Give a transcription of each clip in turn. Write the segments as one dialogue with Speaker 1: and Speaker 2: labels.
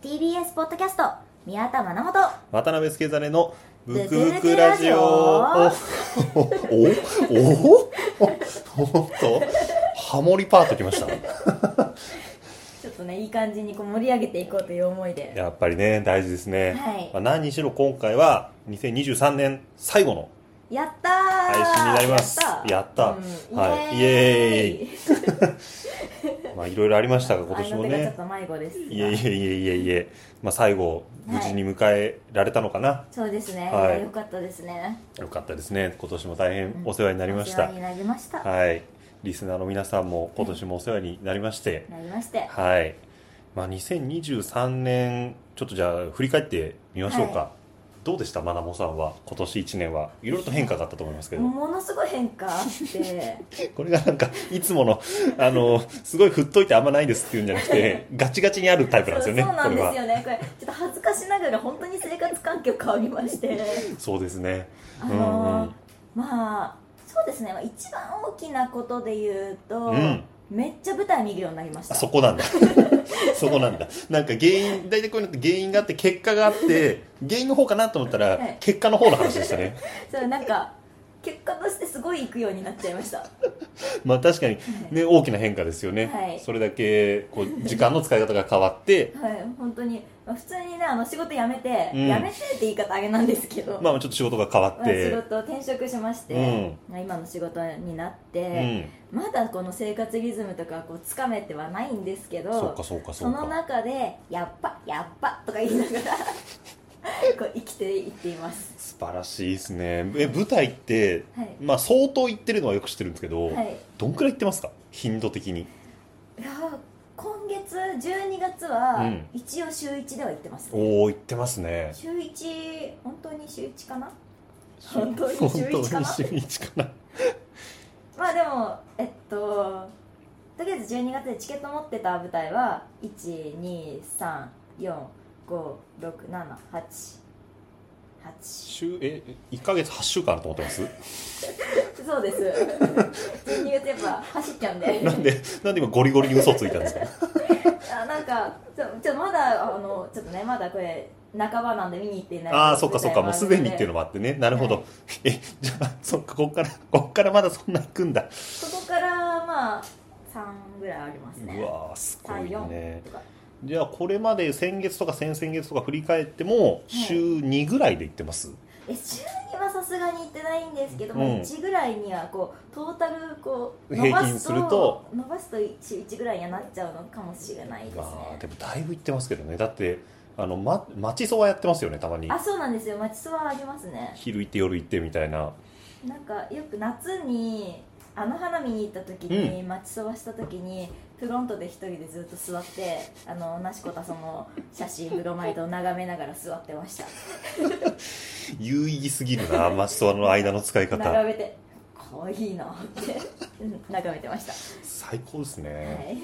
Speaker 1: ポッドキャスト宮田真奈本
Speaker 2: 渡辺助真のブクブ
Speaker 1: ブクブ
Speaker 2: ク
Speaker 1: ク
Speaker 2: ラ
Speaker 1: ラ
Speaker 2: ジ
Speaker 1: ジ
Speaker 2: オ
Speaker 1: オ
Speaker 2: おおおおおっとハモリパートきました
Speaker 1: ちょっとねいい感じにこう盛り上げていこうという思いで
Speaker 2: やっぱりね大事ですね、
Speaker 1: はい
Speaker 2: まあ、何にしろ今回は2023年最後の
Speaker 1: やったー
Speaker 2: 配信になりますや
Speaker 1: や
Speaker 2: っ
Speaker 1: ったた
Speaker 2: はいイエー
Speaker 1: イ
Speaker 2: まあいろいろありましたが今年も
Speaker 1: 合いの手が
Speaker 2: ね
Speaker 1: ちょっと迷子です
Speaker 2: いえいえいえいえいえ、まあ、最後無事に迎えられたのかな、
Speaker 1: そうですね、
Speaker 2: は
Speaker 1: いや
Speaker 2: い
Speaker 1: よかったですね
Speaker 2: よかったですね今年も大変お世話になりました、
Speaker 1: お世話になりました、
Speaker 2: はいリスナーの皆さんも今年もお世話になりまして、
Speaker 1: なりまして
Speaker 2: はい、まあ、2023年ちょっとじゃあ振り返ってみましょうか、
Speaker 1: は
Speaker 2: どうでしたまなもさんは今年1年はいろいろと変化があったと思いますけど、
Speaker 1: ものすごい変化あって
Speaker 2: これがなんかいつものあのすごい振っといてあんまないですっていうんじゃな くてガチガチにあるタイプなんですよね
Speaker 1: そうそうなんです
Speaker 2: こ
Speaker 1: よねこれちょっと恥ずかしながら本当に生活環境変わりまして
Speaker 2: れはそうですね
Speaker 1: あのー
Speaker 2: うん
Speaker 1: まあそうですね一番大きなことで言うと、
Speaker 2: うん
Speaker 1: めっちゃ舞台見るようになりました
Speaker 2: あそこなんだ そこなんだなんか原因大体こういうのって原因があって結果があって原因の方かなと思ったら、
Speaker 1: はい
Speaker 2: 結果の方の話でしたね
Speaker 1: そうなんか結果としてすごい行くようになっちゃいました
Speaker 2: まあ確かにね大きな変化ですよね、
Speaker 1: はい
Speaker 2: それだけこう時間の使い方が変わって
Speaker 1: はい本当にまあ普通にねあの仕事辞めて、
Speaker 2: うん
Speaker 1: 辞めてって言い方あれなんですけど、
Speaker 2: まあちょっと仕事が変わ
Speaker 1: ま
Speaker 2: っ
Speaker 1: あ
Speaker 2: て
Speaker 1: 仕事を転職しまして、
Speaker 2: う
Speaker 1: まあ今の仕事になっ
Speaker 2: う
Speaker 1: て、
Speaker 2: ん
Speaker 1: まだこの生活リズムとかこうつかめてはないんですけど
Speaker 2: そうかそうか
Speaker 1: そ
Speaker 2: そう
Speaker 1: の
Speaker 2: か
Speaker 1: 中で「やっぱやっぱ」とか言いながらこう生きていっています
Speaker 2: 素晴らしいですねえ舞台って、
Speaker 1: はい
Speaker 2: まあ相当行ってるのはよく知ってるんですけど、
Speaker 1: はい
Speaker 2: どんくらい行ってますか頻度的に
Speaker 1: いやー今月12月
Speaker 2: う
Speaker 1: は
Speaker 2: ん
Speaker 1: 一応週1では行ってます、
Speaker 2: おお行ってますね
Speaker 1: 週1本当に週1かな本当に週1かな
Speaker 2: 本当に週一かな
Speaker 1: まあでもえっととりあえず12月でチケット持ってた舞台は123456788
Speaker 2: 週え1か月8週間あると思ってます
Speaker 1: そうです12月やっぱ走っちゃうんで
Speaker 2: なんでなんで今ゴリゴリに嘘ついたんです か
Speaker 1: あなんかちょちょっとまだあのちょっとねまだこれ半ばなんで見に行っていない
Speaker 2: ああーそっかそっかもうすでにってい
Speaker 1: の
Speaker 2: うのもあってねなるほど、
Speaker 1: はい
Speaker 2: えじゃあそっかこっからこっからまだそんな行くんだ
Speaker 1: そこからまあ3ぐらいありますね
Speaker 2: うわーすごいね
Speaker 1: 34とか
Speaker 2: じゃあこれまで先月とか先々月とか振り返っても週2ぐらいで行ってます、
Speaker 1: え週にはさすがに行ってないんですけど、
Speaker 2: うん
Speaker 1: まあ1ぐらいにはこうトータルこう
Speaker 2: 平均
Speaker 1: 伸ばすと
Speaker 2: すると
Speaker 1: 伸ばすと週1ぐらいにはなっちゃうのかもしれないですね
Speaker 2: まあでもだいぶ行ってますけどねだってあの、ま、町そばやってますよねたまに
Speaker 1: あそうなんですよ町そばありますね
Speaker 2: 昼行って夜行ってみたいな
Speaker 1: なんかよく夏にあの花見に行った時に、待ちそばした時にフロントで一人でずっと座ってあのなしこたその写真ブロマイドを眺めながら座ってました
Speaker 2: 有意義すぎるな 町そばの間の使い方
Speaker 1: 眺めて可愛いなって うん眺めてました、
Speaker 2: 最高ですね、
Speaker 1: はい、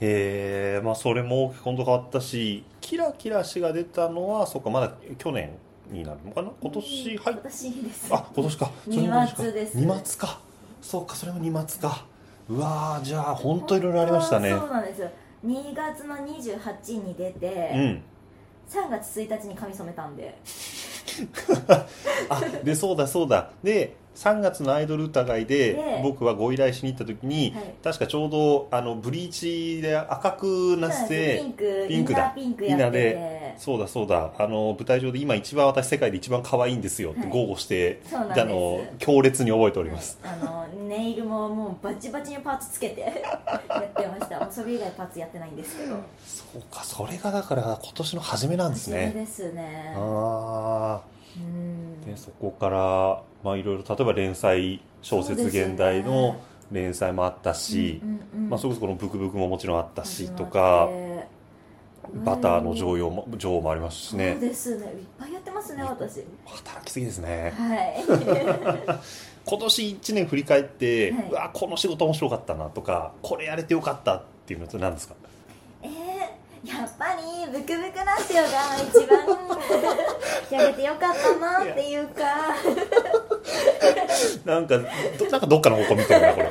Speaker 2: へえまあそれも今度変わったしキラキラ氏が出たのはそっかまだ去年になるのかな今年入っ
Speaker 1: 今年です
Speaker 2: あ今年か
Speaker 1: 二松です
Speaker 2: 2月かそうかそれも2月かうわーじゃあ本当いろいろありましたね
Speaker 1: そうなんですよ2月の28日に出て、
Speaker 2: うん
Speaker 1: 3月1日に髪染めたんで
Speaker 2: あでそうだそうだで3月のアイドル疑いで
Speaker 1: で
Speaker 2: 僕はご依頼しに行った時に、
Speaker 1: はい
Speaker 2: 確かちょうどあのブリーチで赤くなっ
Speaker 1: ピ
Speaker 2: て
Speaker 1: ンク
Speaker 2: ピンクだ
Speaker 1: インナーピンクやって
Speaker 2: インナ
Speaker 1: て
Speaker 2: そうだそうだあの舞台上で今一番私世界で一番可愛いんですよって
Speaker 1: はい
Speaker 2: 豪語して、
Speaker 1: そうなんです
Speaker 2: あの強烈に覚えております、
Speaker 1: はいあのネイルももうバチバチにパーツつけ てやってましたもうそれ以外パーツやってないんですけど
Speaker 2: そうかそれがだから今年の初めなんです
Speaker 1: 真面目
Speaker 2: ね
Speaker 1: ですね
Speaker 2: あ
Speaker 1: う
Speaker 2: あで
Speaker 1: ん
Speaker 2: そこからまあいろいろ例えば連載小説
Speaker 1: そうですね
Speaker 2: 現代の連載もあったし、
Speaker 1: うんうんうん
Speaker 2: まあ、それこそこの「ブクブク」ももちろんあったし
Speaker 1: 始まって
Speaker 2: とか
Speaker 1: うん
Speaker 2: バターの女王も女王もありますしね
Speaker 1: そうですねいっぱいやってますね 私
Speaker 2: 働きすぎですね
Speaker 1: はい
Speaker 2: 今年1年振り返って、
Speaker 1: はいう
Speaker 2: わこの仕事面白かったなとかこれやれてよかったっていうのって何ですか
Speaker 1: えー、やっぱりブクブクラジオが一番やれてよかったなっていうか
Speaker 2: なんかどなんかどっかの方向見てるなこれ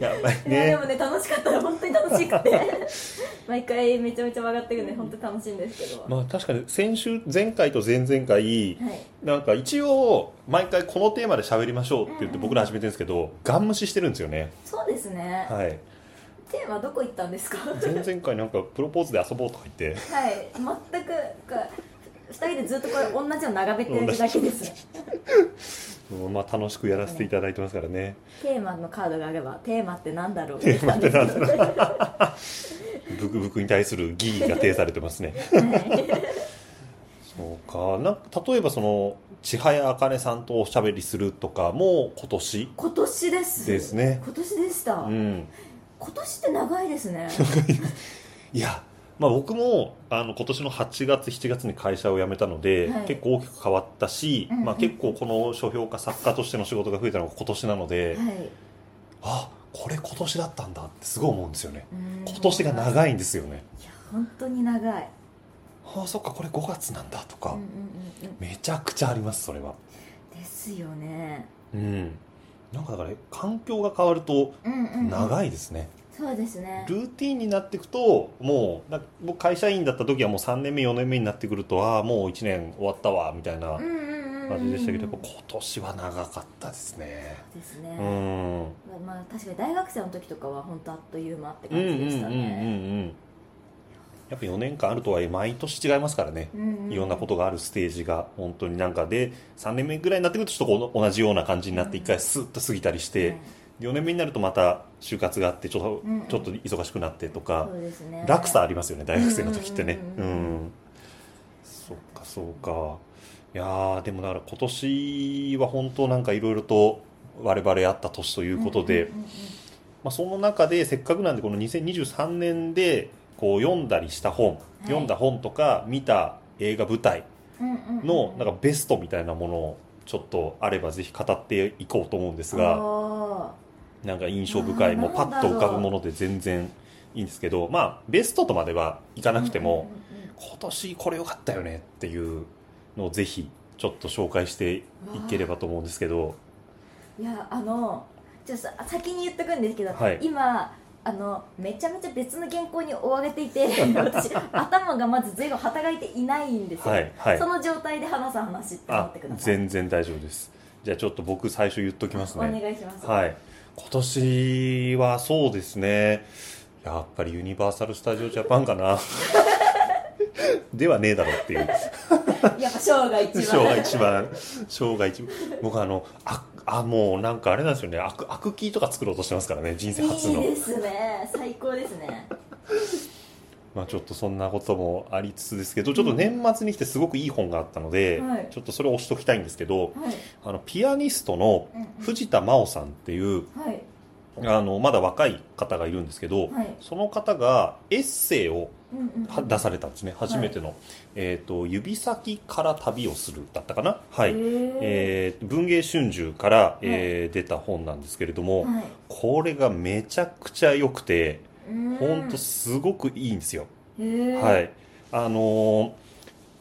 Speaker 2: いやばい
Speaker 1: いやで
Speaker 2: ね
Speaker 1: もね楽しかったら本当に楽しくて 毎回めちゃめちゃ曲がってるんで本当に楽しいんですけど、
Speaker 2: まあ確かに先週前回と前々回
Speaker 1: はい
Speaker 2: なんか一応毎回このテーマで喋りましょうって言っ
Speaker 1: うんう
Speaker 2: て
Speaker 1: ん
Speaker 2: 僕ら始めてるんですけどガン無視してるんですよね
Speaker 1: そうですね、
Speaker 2: はい
Speaker 1: テーマどこ行ったんですかはい
Speaker 2: 前々回なんかプロポーズで遊ぼうとか言って
Speaker 1: 全くか2人でずっとこれ同じの並べてるだけです
Speaker 2: うんまあ楽しくやらせていただいてますからね
Speaker 1: テーマのカードがあればテーマってなんだろう
Speaker 2: テーマってなんだろブクブクに対する疑義が呈されてますねそうかなんか例えばその千早茜さんとおしゃべりするとかも今年
Speaker 1: 今年です
Speaker 2: ですね
Speaker 1: 今年でした、
Speaker 2: うん
Speaker 1: 今年って長いです ね
Speaker 2: いや、まあ、僕もあの今年の8月7月に会社を辞めたので、
Speaker 1: はい
Speaker 2: 結構大きく変わったし、
Speaker 1: うんうん
Speaker 2: まあ、結構この書評家作家としての仕事が増えたのが今年なので、
Speaker 1: はい
Speaker 2: あこれ今年だったんだってすごい思うんですよね
Speaker 1: うん
Speaker 2: 今年が
Speaker 1: い
Speaker 2: 長いんですよね
Speaker 1: や本当に長い、
Speaker 2: ああそっかこれ5月なんだと
Speaker 1: う
Speaker 2: か、
Speaker 1: んうんうんうん、
Speaker 2: めちゃくちゃありますそれは
Speaker 1: ですよね
Speaker 2: うんなんかだから環境が変わると
Speaker 1: うんうんうん
Speaker 2: 長いですね、
Speaker 1: そうですね
Speaker 2: ルーティンになっていくともうなんか僕会社員だった時はもう3年目4年目になってくるとああもう1年終わったわみたいな
Speaker 1: うんうんうんうん
Speaker 2: 感じでしたけど、やっぱ今年は長かったですね
Speaker 1: です
Speaker 2: う
Speaker 1: ね、
Speaker 2: んうん
Speaker 1: まあ確かに大学生の時とかは本当あっという間って
Speaker 2: うんう
Speaker 1: 感
Speaker 2: んうん
Speaker 1: じでした
Speaker 2: うん
Speaker 1: ね
Speaker 2: うんやっぱ4年間あるとはいえ毎年違いますからねい
Speaker 1: い
Speaker 2: ろんなことがあるステージが本当になんかで3年目ぐらいになってくるとちょっとこう同じような感じになって1回スッと過ぎたりして、4年目になるとまた就活があってちょ
Speaker 1: うんうん
Speaker 2: っとちょっと忙しくなってとか
Speaker 1: そうですね
Speaker 2: 落差ありますよね大学生の時ってね
Speaker 1: う
Speaker 2: うんん
Speaker 1: うんうんうん
Speaker 2: そっかそうかいやーでもだから今年は本当なんかいろいろと我々あった年とい
Speaker 1: と
Speaker 2: うことで、まあ、その中でせっかくなんでこの2023年でこう読んだりした本、
Speaker 1: い
Speaker 2: 読んだ本とか見た映画舞台のなん
Speaker 1: か
Speaker 2: かベストみたいなものをちょっとあればぜひ語っていこうと思うんですが。
Speaker 1: が
Speaker 2: なんか印象深い
Speaker 1: あー
Speaker 2: もうパッと浮かぶもので全然いいんですけどまあベストとまではいかなくても、今年これ良かったよねっていうのをぜひちょっと紹介していければと思うんですけど
Speaker 1: いやあのちょっとさ先に言っとくんですけど、
Speaker 2: はい
Speaker 1: 今あのめちゃめちゃ別の原稿に追われてい て私頭がまず随分働いていないんですよ、
Speaker 2: はいはい
Speaker 1: その状態で話す話って思
Speaker 2: あ
Speaker 1: ってください
Speaker 2: 全然大丈夫ですじゃあちょっと僕最初言っときます
Speaker 1: お
Speaker 2: ね
Speaker 1: 願いします、
Speaker 2: はい今年はそうですねやっぱりユニバーサル・スタジオ・ジャパンかな ではねえだろっていう
Speaker 1: やっぱ生涯一番
Speaker 2: 生涯一番生涯一番僕あのああもうなんかあれなんですよねアクアクキーとか作ろうとしてますからね人生初の
Speaker 1: いいですね最高ですね
Speaker 2: まあちょっとそんなこともありつつですけどちょっと年末に来てすごくいい本があったので、
Speaker 1: はい
Speaker 2: ちょっとそれを押しときたいんですけど
Speaker 1: はい
Speaker 2: あのピアニストの
Speaker 1: うんうん
Speaker 2: 藤田真央さんっていう
Speaker 1: はい
Speaker 2: あのまだ若い方がいるんですけど、
Speaker 1: はい
Speaker 2: その方がエッセイを
Speaker 1: うんうん
Speaker 2: は出されたんですね初めての、えーと「指先から旅をする」だったかなはい、
Speaker 1: へー
Speaker 2: えー文藝春秋から、えー出た本なんですけれども、
Speaker 1: はい
Speaker 2: これがめちゃくちゃ良くて
Speaker 1: うん
Speaker 2: ほんとすごくいいんですよ、
Speaker 1: へー
Speaker 2: はいあのー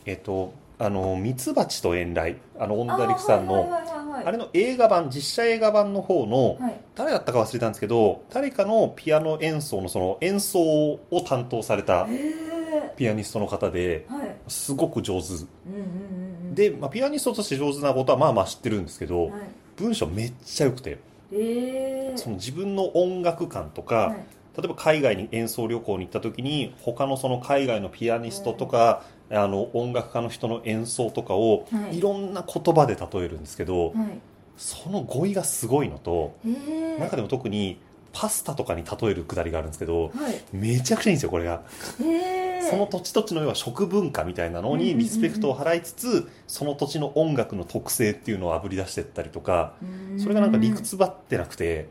Speaker 2: えっ、とあのーミツバチと遠雷」あのオンダリフさんの、
Speaker 1: あーはいはいはいはい
Speaker 2: あれの映画版実写映画版の方の、
Speaker 1: はい
Speaker 2: 誰だったか忘れたんですけど誰かのピアノ演奏のその演奏を担当された
Speaker 1: へ
Speaker 2: ピアニストの方で
Speaker 1: ーはい
Speaker 2: すごく上手
Speaker 1: うんうんうんうん
Speaker 2: で、まあ、ピアニストとして上手なことはまあまあ知ってるんですけど、
Speaker 1: はい
Speaker 2: 文章めっちゃ良くて
Speaker 1: えー
Speaker 2: その自分の音楽感とか、
Speaker 1: はい
Speaker 2: 例えば海外に演奏旅行に行った時に他のその海外のピアニストとか、あの音楽家の人の演奏とかを
Speaker 1: はい
Speaker 2: いろんな言葉で例えるんですけ
Speaker 1: はい
Speaker 2: ど、その語彙がすごいのと
Speaker 1: へー
Speaker 2: 中でも特にパスタとかに例えるくだりがあるんですけど
Speaker 1: はい
Speaker 2: めちゃくちゃいいんですよこれが、
Speaker 1: へー
Speaker 2: その土地土地の要は食文化みたいなの
Speaker 1: うんう
Speaker 2: に
Speaker 1: んうんうん
Speaker 2: リスペクトを払いつつその土地の音楽の特性っていうのをあぶり出していったりとか。
Speaker 1: うん
Speaker 2: それがなんか理屈ばってなくて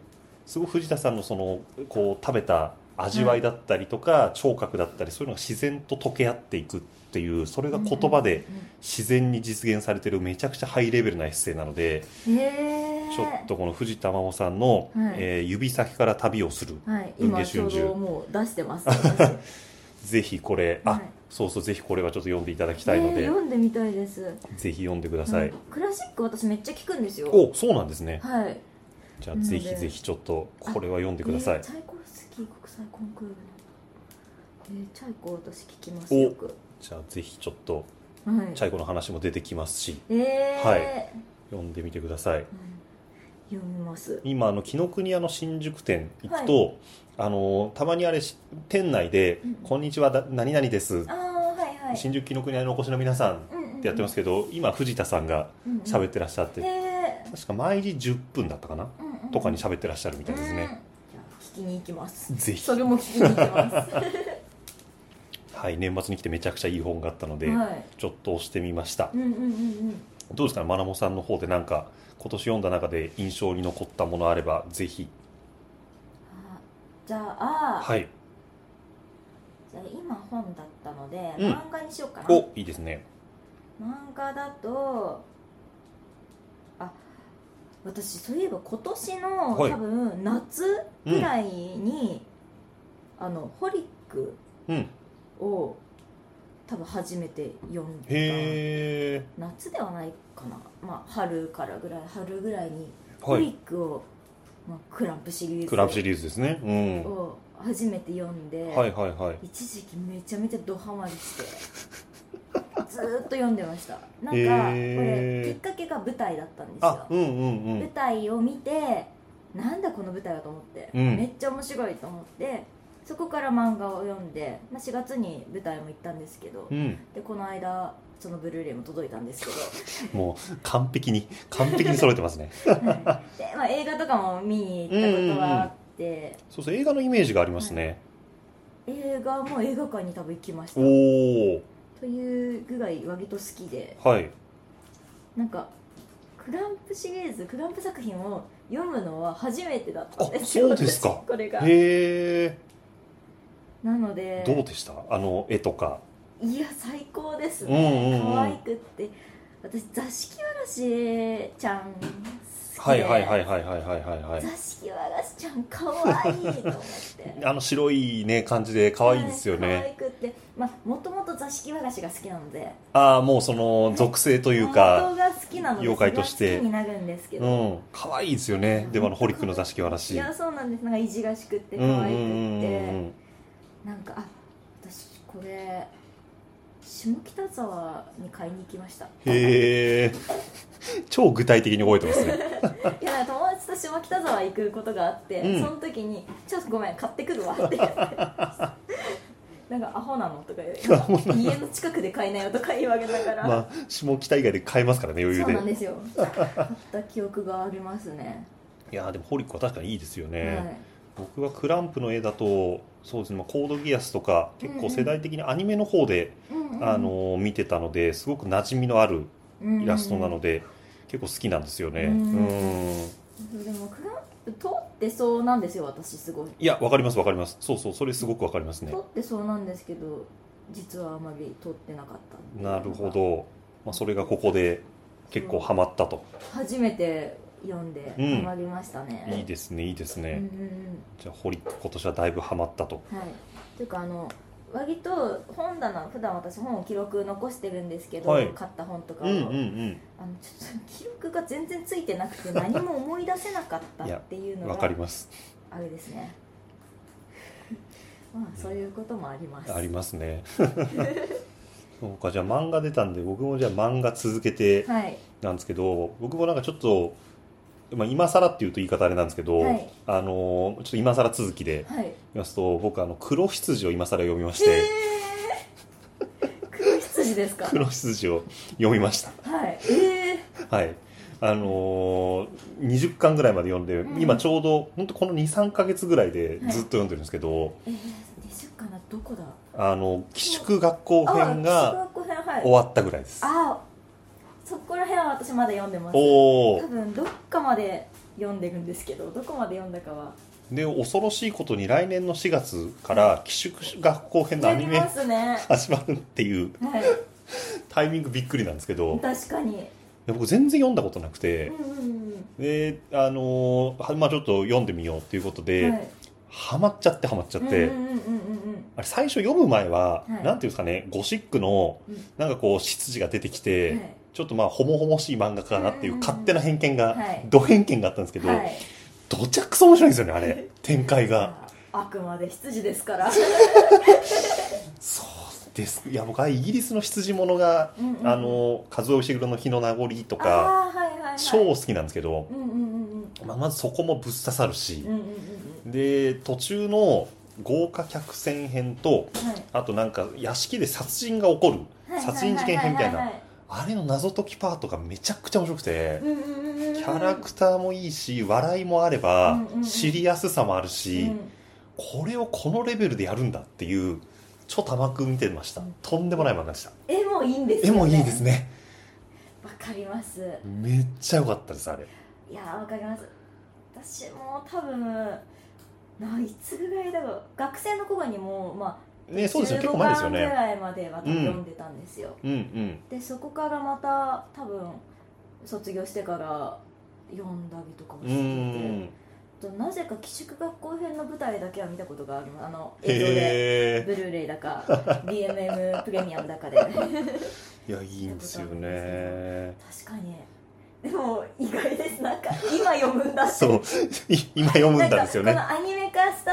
Speaker 2: すごい藤田さんのそのこう食べた味わいだったりとか、聴覚だったりそういうのが自然と溶け合っていくっていうそれが言葉で自然に実現されてるめちゃくちゃハイレベルなエッセイなので
Speaker 1: うんうんうんへー
Speaker 2: ちょっとこの藤田真央さんの「
Speaker 1: はい
Speaker 2: えー指先から旅をする
Speaker 1: はい
Speaker 2: 文藝
Speaker 1: 今
Speaker 2: 春秋
Speaker 1: ちょうどもう出して ます私」
Speaker 2: ぜひこれあ、
Speaker 1: はい
Speaker 2: そうそうぜひこれはちょっと読んでいただきたいの
Speaker 1: えー
Speaker 2: で、
Speaker 1: 読んでみたいです
Speaker 2: ぜひ読んでください、
Speaker 1: うんクラシック私めっちゃ聞くんですよ
Speaker 2: おそうなんですね
Speaker 1: はい
Speaker 2: じゃあぜひぜひちょっとこれは読んでくださ
Speaker 1: え
Speaker 2: い
Speaker 1: ーチャイコフスキー国際コンクールの、えーチャイコ私聞きますよく、
Speaker 2: じゃあぜひちょっと
Speaker 1: はい、
Speaker 2: チャイコの話も出てきますし
Speaker 1: えー
Speaker 2: は読んでみてくださ
Speaker 1: う
Speaker 2: い
Speaker 1: ん読みます
Speaker 2: 今あの紀ノ国屋の新宿店行く
Speaker 1: は
Speaker 2: と、あのたまにあれし店内で
Speaker 1: うん
Speaker 2: 「こんにちはだ何々です
Speaker 1: ああはいはい」
Speaker 2: 新宿紀ノ国屋にお越しの皆さん」ってやってますけど今藤田さんが喋ってらっしゃって、
Speaker 1: うんうんえ
Speaker 2: 確か毎時10分だったかな
Speaker 1: ーうんうん
Speaker 2: とかに喋ってらっしゃるみたいです
Speaker 1: うん
Speaker 2: ね、
Speaker 1: いや聞きに行きます
Speaker 2: ぜひ
Speaker 1: そ、れも聞きに行きます
Speaker 2: はい、年末に来てめちゃくちゃいい本があったの で、
Speaker 1: はい
Speaker 2: ちょっと押してみました
Speaker 1: う、んうんうんうん
Speaker 2: どうですかまなもさんの方でなんか今年読んだ中で印象に残ったものあればぜひ
Speaker 1: あじゃあ、
Speaker 2: はい
Speaker 1: じゃあ今本だったので、
Speaker 2: うん
Speaker 1: 漫画にしようかな
Speaker 2: おいいですね
Speaker 1: 漫画だとあ私そういえば今年の、
Speaker 2: はい
Speaker 1: 多分夏ぐらいに、あのホリック
Speaker 2: うん
Speaker 1: を多分初めて読んだ
Speaker 2: へえ
Speaker 1: 夏ではないかな、まあ、春からぐらい春ぐらいにホ
Speaker 2: は
Speaker 1: リ
Speaker 2: い
Speaker 1: ックを、まあ、クランプシリーズ
Speaker 2: クラブシリーズですねう
Speaker 1: を初めて読んで、
Speaker 2: んはいはいはい
Speaker 1: 一時期めちゃめちゃドハマり してずーっと読んでましたなんかこ
Speaker 2: へー
Speaker 1: れきっかけが舞台だったんです
Speaker 2: あ
Speaker 1: よ
Speaker 2: うんうんう
Speaker 1: 舞
Speaker 2: ん
Speaker 1: 台を見てなんだこの舞台はと思って、
Speaker 2: うん
Speaker 1: めっちゃ面白いと思ってそこから漫画を読んで、まあ、4月に舞台も行ったんですけど
Speaker 2: うん、
Speaker 1: でこの間そのブルーレイも届いたんです け
Speaker 2: もう完璧に完璧に揃え てますね
Speaker 1: ど、はいでまあ、映画とかも見に行ったことはあって、
Speaker 2: そうそう映画のイメージがありますね、
Speaker 1: 映画も映画館に多分行きました
Speaker 2: おお
Speaker 1: というぐらい割と好きで
Speaker 2: はい
Speaker 1: なんかクランプシリーズクランプ作品を読むのは初めてだったんですよ
Speaker 2: あそうですか
Speaker 1: 私これが
Speaker 2: へ
Speaker 1: なので
Speaker 2: えどうでしたあの絵とか
Speaker 1: いや最高です
Speaker 2: うん
Speaker 1: ね
Speaker 2: うんうん
Speaker 1: 可愛くって私座敷わらしちゃん好きで、
Speaker 2: はいはいはいはいはいはいはいはい
Speaker 1: 座敷わらしちゃん可愛いと思って
Speaker 2: あの白いね感じで可愛いですよ
Speaker 1: はい可
Speaker 2: ね、
Speaker 1: 愛くってまあもともと座敷わらしが好きなので
Speaker 2: ああもうその属性と
Speaker 1: と
Speaker 2: いうか、
Speaker 1: が好きなので
Speaker 2: 妖怪として
Speaker 1: それは好きになるんですけ
Speaker 2: う
Speaker 1: ど、
Speaker 2: ん、可愛いですよねでもあのホリックの座敷わらし
Speaker 1: い
Speaker 2: い
Speaker 1: やそうなんですなんかいじらしくって可
Speaker 2: うんうん
Speaker 1: 愛くって、
Speaker 2: うん
Speaker 1: なんかあ私これ下北沢に買いに行きました
Speaker 2: へえ超具体的に覚えてますね
Speaker 1: いや友達と下北沢行くことがあって、
Speaker 2: うん
Speaker 1: その時に「ちょっとごめん買ってくるわ」 って言って「なんかアホなの?」とか言
Speaker 2: アホな
Speaker 1: う家の近くで買えないよ」とか言われながら、
Speaker 2: まあ下北以外で買えますからね余裕
Speaker 1: そう
Speaker 2: で
Speaker 1: なんですよ買った記憶がありますね、
Speaker 2: いやーでもホリックは確かにいいですよね、
Speaker 1: はい
Speaker 2: 僕はクランプの絵だとそうですね、まあ、コードギアスとか結構世代的にアニメの方で、
Speaker 1: うんうん
Speaker 2: あのー見てたのですごく馴染みのある
Speaker 1: うんうん
Speaker 2: イラストなので、結構好きなんですよね
Speaker 1: うん
Speaker 2: うん
Speaker 1: そうでもクランプ通ってそうなんですよ私すごい
Speaker 2: いや、わかります、わかります。そうそう、それすごくわかりますね
Speaker 1: 通。ってそうなんですけど実はあまり通ってなかった
Speaker 2: なるほど。まあ、それがここで結構ハマったと。
Speaker 1: 初めて読んで
Speaker 2: うん
Speaker 1: ハマりましたね、
Speaker 2: いいですね、いいです
Speaker 1: うん
Speaker 2: ね。じゃあ、ホリック、今年はだいぶハマったと。
Speaker 1: うんうんはいというかあの割と本棚普段私本を記録残してるんですけど、
Speaker 2: はい
Speaker 1: 買った本とか
Speaker 2: う
Speaker 1: を、
Speaker 2: んうん
Speaker 1: あのちょっと記録が全然ついてなくて何も思い出せなか ったっていう
Speaker 2: うん。
Speaker 1: の
Speaker 2: わか
Speaker 1: が
Speaker 2: ります。
Speaker 1: あれですね まあそういうこともあります
Speaker 2: ありますね。 そうか、じゃあ漫画出たんで、僕もじゃあ漫画続けて
Speaker 1: はい
Speaker 2: なんですけど、僕もなんかちょっと、まあ、今更っていうと言い方あれなんですけど、
Speaker 1: はい
Speaker 2: あのーちょっと今更続きで
Speaker 1: はい
Speaker 2: 言いますと僕あの黒羊を今更読みまし
Speaker 1: えー、
Speaker 2: て
Speaker 1: 黒羊ですか
Speaker 2: 黒羊を読みました
Speaker 1: はいえ
Speaker 2: はいあのー、20巻ぐらいまで読んで、
Speaker 1: うん
Speaker 2: 今ちょうど本当この23か月ぐらいで
Speaker 1: はい
Speaker 2: ずっと読んでるんですけど、
Speaker 1: ー、えー、20かなどこだ
Speaker 2: あの寄宿学校
Speaker 1: あ
Speaker 2: 編が
Speaker 1: 小学校編はい
Speaker 2: 終わったぐらいです
Speaker 1: あそこら辺は私まだ読んでます
Speaker 2: お
Speaker 1: 多
Speaker 2: お
Speaker 1: 分どっかまで読んでるんですけどどこまで読んだかは
Speaker 2: で恐ろしいことに来年の4月から寄宿学校編のア
Speaker 1: 読
Speaker 2: ニ
Speaker 1: み
Speaker 2: メ
Speaker 1: ますね
Speaker 2: 始まるっていう
Speaker 1: はい
Speaker 2: タイミングびっくりなんですけどい
Speaker 1: 確かに
Speaker 2: や僕全然読んだことなく
Speaker 1: う
Speaker 2: て
Speaker 1: んうん
Speaker 2: であのーはまあ、ちょっと読んでみようっていうこと
Speaker 1: うん
Speaker 2: で、
Speaker 1: はい
Speaker 2: ハマっちゃってハマっちゃって、
Speaker 1: うんうんうんうん
Speaker 2: あれ最初読む前は、
Speaker 1: はい
Speaker 2: なんていうんですかねゴシックの
Speaker 1: うん
Speaker 2: なんかこう執事が出てきて、
Speaker 1: うんはい
Speaker 2: ちょっとまあほもほもしい漫画家かなっていううん勝手な偏見が、
Speaker 1: はい
Speaker 2: ド偏見があったんですけど、
Speaker 1: はい
Speaker 2: どちゃくそ面白いんですよねあれ展開が
Speaker 1: あくまで羊ですから
Speaker 2: そうですいや僕はイギリスの羊ものが、
Speaker 1: うんうんうん
Speaker 2: あの「和夫石黒の日の名残」と
Speaker 1: あ
Speaker 2: か
Speaker 1: ーはいはいはい
Speaker 2: 超好きなんですけど、
Speaker 1: うんうんうん
Speaker 2: まあ、まずそこもぶっ刺さる
Speaker 1: う
Speaker 2: し
Speaker 1: んうんうんうん
Speaker 2: で途中の豪華客船編と
Speaker 1: はい
Speaker 2: あとなんか屋敷で殺人が起こる
Speaker 1: はい
Speaker 2: 殺人事件編みたいな
Speaker 1: ははは
Speaker 2: あれの謎解きパートがめちゃくちゃ面白くて
Speaker 1: うんうんうんうん
Speaker 2: キャラクターもいいし笑いもあれば
Speaker 1: うんうんうん
Speaker 2: 知りやすさもある
Speaker 1: う
Speaker 2: し
Speaker 1: ん
Speaker 2: これをこのレベルでやるんだっていうちょたまく見てましたとんでもない漫画でした
Speaker 1: 絵もいいんです
Speaker 2: 絵
Speaker 1: よね
Speaker 2: もいいですね
Speaker 1: わかります
Speaker 2: めっちゃ良かったですあれ
Speaker 1: いやーわかります私も多分ないつぐらいだろう学生の頃にもまあ
Speaker 2: ねそうですよね結
Speaker 1: 15
Speaker 2: 構前ですよ
Speaker 1: 巻ぐ
Speaker 2: ね
Speaker 1: らいまでは多分読んでたんですよ、
Speaker 2: うんうん
Speaker 1: でそこからまた多分卒業してから読んだりとかも
Speaker 2: う
Speaker 1: して
Speaker 2: ーん
Speaker 1: てとなぜか寄宿学校編の舞台だけは見たことがありますあの映像で
Speaker 2: へ
Speaker 1: ブルーレイだか DMM プレミアムだかで
Speaker 2: えいやいいんですよね
Speaker 1: 確かにでも意外ですなんか今読むんだって
Speaker 2: そうい今読む
Speaker 1: なんん
Speaker 2: だ
Speaker 1: か
Speaker 2: んですよね
Speaker 1: このアニメ化した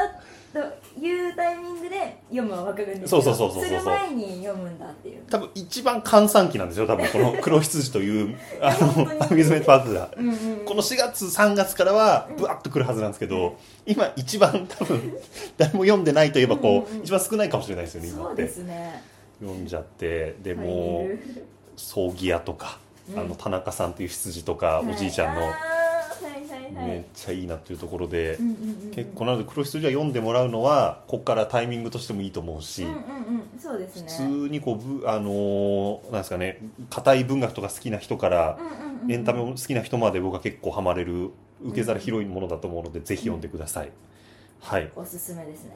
Speaker 1: というタイミングで読むは分かるんですけ
Speaker 2: そ
Speaker 1: ど
Speaker 2: うそうそうそうそう
Speaker 1: する前に読むんだっていう
Speaker 2: 多分一番閑散期なんですよ多分この黒羊というあ
Speaker 1: 本当に
Speaker 2: のアミューズメントパークが
Speaker 1: うんうんうん
Speaker 2: この4月3月からはぶわっと来るはずなんですけど今一番多分誰も読んでないといえばこ
Speaker 1: うんうんう
Speaker 2: うん一番少ないかもしれないですよね今
Speaker 1: そう
Speaker 2: っ
Speaker 1: で
Speaker 2: て
Speaker 1: すね
Speaker 2: 読んじゃってで
Speaker 1: タイミ
Speaker 2: も
Speaker 1: ン
Speaker 2: う
Speaker 1: グ
Speaker 2: 葬儀屋とか
Speaker 1: うん
Speaker 2: あの田中さんという羊とかおじいちゃん
Speaker 1: は
Speaker 2: の
Speaker 1: いあーはいはいはい、
Speaker 2: めっちゃいいなっていうところで
Speaker 1: うんうんうん、
Speaker 2: 結構なので黒羊は読んでもらうのはここからタイミングとしてもいいと思う
Speaker 1: う
Speaker 2: し
Speaker 1: んうんうんそうです
Speaker 2: 普
Speaker 1: ね
Speaker 2: 通にこうぶあのーなんですかね硬い文学とか好きな人から
Speaker 1: うんうんうん
Speaker 2: エンタメも好きな人まで僕は結構ハマれる受け皿広いものだと思うので、ぜひ読んでください。はい
Speaker 1: おすすめですね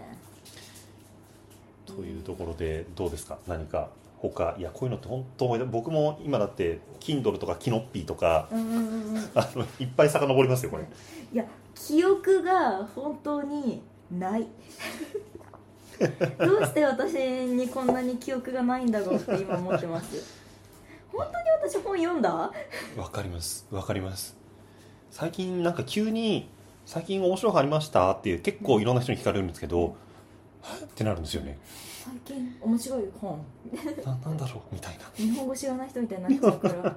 Speaker 2: というところでどうですか何か他いやこういうのって本当思い出僕も今だって Kindle とかキノッピーとか
Speaker 1: うんうんうんうんい
Speaker 2: あのいっぱい遡りますよこれ
Speaker 1: や記憶が本当にない どうして私にこんなに記憶がないんだろうって今思ってます本当に私本読んだ
Speaker 2: わかりますわかります最近なんか急に「最近面白い本ありました?」っていう結構いろんな人に聞かれるんですけど「はっ?」ってなるんです よね
Speaker 1: 最近面白い本
Speaker 2: ななんだろうみたいな
Speaker 1: 日本語知らない人みたいになっちゃうから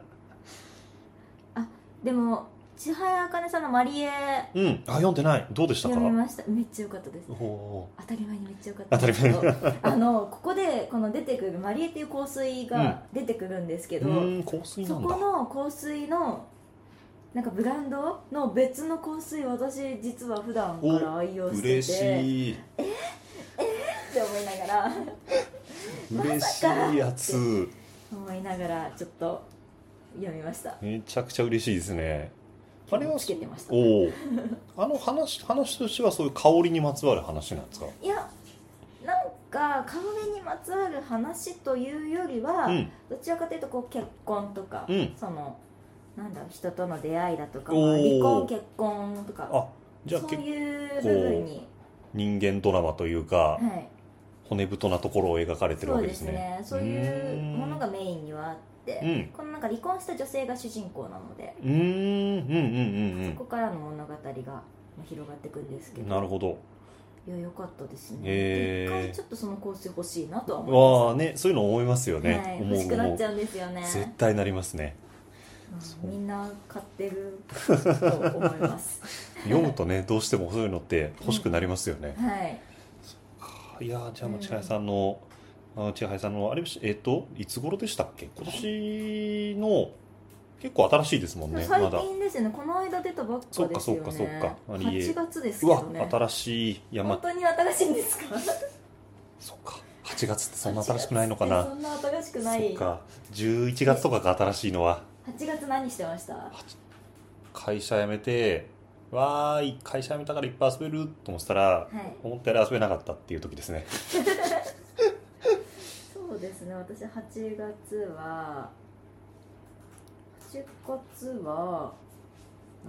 Speaker 1: あでも千早茜さんの「マリエ
Speaker 2: うんあ読んでないどうで」したか
Speaker 1: 読みましためっちゃ良かったです
Speaker 2: おお
Speaker 1: 当たり前にめっちゃ良かったんです
Speaker 2: 当
Speaker 1: けどあのここでこの出てくるマリエっていう香水が出てくるんですけ
Speaker 2: ー
Speaker 1: ど、
Speaker 2: うーん香水
Speaker 1: そ
Speaker 2: なん
Speaker 1: こ
Speaker 2: だ
Speaker 1: の香水のなんかブランドの別の香水私実は普段から愛用してて
Speaker 2: 嬉しい
Speaker 1: って思いながら
Speaker 2: 嬉しいやつ
Speaker 1: 思いながらちょっと読みました
Speaker 2: めちゃくちゃ嬉しいですねあれは
Speaker 1: つけてました
Speaker 2: おおあの話話としてはそういう香りにまつわる話なんですか
Speaker 1: いやなんか香りにまつわる話というよりは、
Speaker 2: うん
Speaker 1: どちらかというとこう結婚とか、
Speaker 2: うん
Speaker 1: そのなんだろう人との出会いだとか
Speaker 2: お
Speaker 1: 離
Speaker 2: ー
Speaker 1: 婚結婚とか
Speaker 2: あじゃあ
Speaker 1: そう
Speaker 2: 結構
Speaker 1: いう部分に、
Speaker 2: 人間ドラマというか
Speaker 1: はい、
Speaker 2: 骨太なところを描かれてる
Speaker 1: そ
Speaker 2: わ
Speaker 1: う
Speaker 2: け
Speaker 1: で
Speaker 2: です
Speaker 1: す
Speaker 2: ね
Speaker 1: ねそういうものがメインにはあっ
Speaker 2: う
Speaker 1: て
Speaker 2: ん
Speaker 1: このなんか離婚した女性が主人公なので
Speaker 2: うーんうんうん
Speaker 1: ここからの物語が広がっていくんですけ
Speaker 2: うんうん
Speaker 1: ど
Speaker 2: なるほど
Speaker 1: いや良かったですね、
Speaker 2: へー
Speaker 1: 一回ちょっとその香水欲しいなとは思います
Speaker 2: わあねそういうの思いますよね、
Speaker 1: はい、
Speaker 2: 思う
Speaker 1: 欲しくな
Speaker 2: 思
Speaker 1: っ
Speaker 2: う
Speaker 1: ちゃうんですよね
Speaker 2: 絶対なりますね
Speaker 1: うんみんな買ってると思います
Speaker 2: 読むとねどうしてもそういうのって欲しくなりますよね、
Speaker 1: はい
Speaker 2: いやーじゃあもう千早さんの、あの千早さんのあれえっ、といつ頃でしたっけ今年の結構新しいですもんねま
Speaker 1: 最
Speaker 2: だ
Speaker 1: 近ですねこの間出たばっかですよね
Speaker 2: そっかそっかそっかありえ
Speaker 1: 8月ですけ
Speaker 2: うわ
Speaker 1: どね
Speaker 2: 新しい山
Speaker 1: 本当に新しいんですか
Speaker 2: そっか8月ってそんな新しくないのか
Speaker 1: そ
Speaker 2: なん
Speaker 1: な新しく
Speaker 2: そ
Speaker 1: ない
Speaker 2: っか11月とかが新しいのは
Speaker 1: 8月何してました
Speaker 2: 会社辞めてわーい会社辞めたからいっぱい遊べると思ってたら
Speaker 1: はい
Speaker 2: 思ったより遊べなかったっていう時ですね
Speaker 1: そうですね私8月は8月は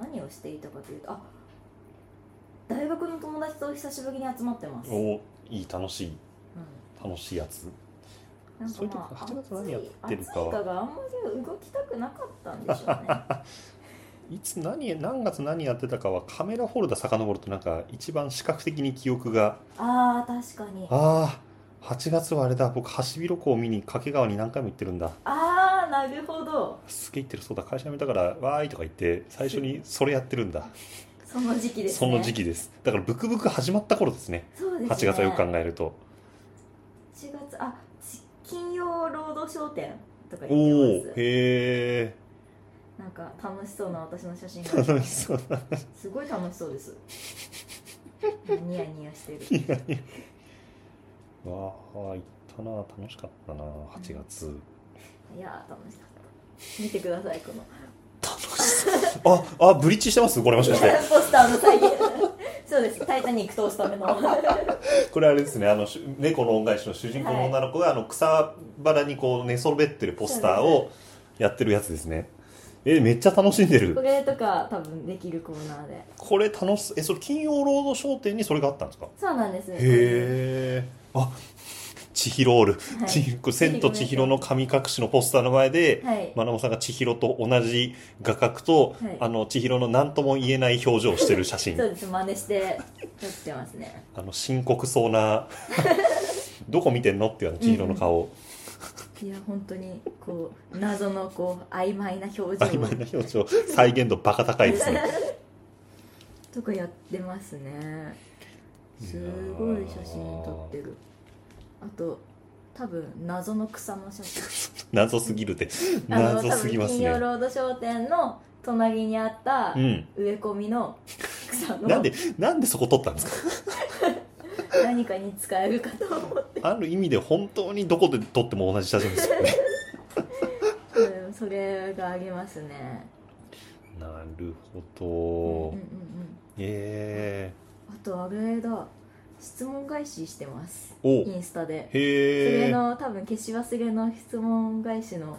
Speaker 1: 何をしていたかというとあ大学の友達と久しぶりに集まってます、うん、
Speaker 2: おいい楽しい楽しいやつ
Speaker 1: なんかまあ
Speaker 2: そういう時8月何やってるか
Speaker 1: 暑 い暑いかがあんまり動きたくなかったんでしょうね
Speaker 2: いつ何何月何やってたかはカメラホルダー遡るとなんか一番視覚的に記憶が
Speaker 1: あー確かにあ
Speaker 2: ああ8月はあれだ僕ハシビロコウ見に掛川に何回も行ってるんだ
Speaker 1: あーなるほど
Speaker 2: すげえ行ってるそうだ会社辞めたからわーいとか言って最初にそれやってるんだ、
Speaker 1: その時期です
Speaker 2: そ
Speaker 1: ね
Speaker 2: の時期ですだからブクブク始まった頃ですね
Speaker 1: そうです
Speaker 2: 8
Speaker 1: ね
Speaker 2: 月はよく考えると
Speaker 1: 8月あち金曜労働商店とか
Speaker 2: お
Speaker 1: 言っ
Speaker 2: お
Speaker 1: てます
Speaker 2: へえ
Speaker 1: なんか楽しそうな私の写真が
Speaker 2: 楽し そうだ
Speaker 1: すごい楽しそうですニヤニヤしてる
Speaker 2: わあ行ったな楽しかったな8月
Speaker 1: いやー楽しかった見てくださいこの
Speaker 2: 楽しそうああブリッジしてますこれもしかして
Speaker 1: ポスターの再現そうです「タイタニック」通すための
Speaker 2: これあれですねあのし猫の恩返しの主人公の女の子があの草原にこう寝そべってるポスターをやってるやつですねえめっちゃ楽しんで
Speaker 1: こ
Speaker 2: る
Speaker 1: れとか多分できるコーナーで
Speaker 2: これ楽しえそれ金曜ロード商店にそれがあったんですか
Speaker 1: そうなんです
Speaker 2: へえあ千尋おる、
Speaker 1: はい
Speaker 2: 千尋これ千と千尋の神隠し」のポスターの前で、
Speaker 1: はい
Speaker 2: まなもさんが千尋と同じ画角と、
Speaker 1: はい
Speaker 2: あの千尋の何とも言えない表情をしてる写真
Speaker 1: そうです真似して撮ってますね
Speaker 2: あの深刻そ うなどこ見てんのっていうあの千尋の顔、
Speaker 1: いや本当にこう謎のこう曖昧な表情
Speaker 2: 曖昧な表情再現度バカ高いですね
Speaker 1: とかやってますねすごい写真撮ってるあと多分謎の草の写真
Speaker 2: 謎すぎるって
Speaker 1: あの
Speaker 2: 謎すぎます
Speaker 1: 多分金曜
Speaker 2: ね
Speaker 1: ロード商店の隣にあった
Speaker 2: うん
Speaker 1: 植え込みの草の
Speaker 2: なんでなんでそこ撮ったんですか
Speaker 1: 何かに使えるかと思って
Speaker 2: ある意味で本当にどこで撮っても同じ写真ですよね
Speaker 1: うんそれがありますね
Speaker 2: なる
Speaker 1: うん
Speaker 2: ほ
Speaker 1: うんう
Speaker 2: ど、
Speaker 1: ん
Speaker 2: え
Speaker 1: うんあとあれだ質問返ししてます
Speaker 2: えお
Speaker 1: インスタでそ
Speaker 2: へ
Speaker 1: れ
Speaker 2: え
Speaker 1: の多分消し忘れの質問返しの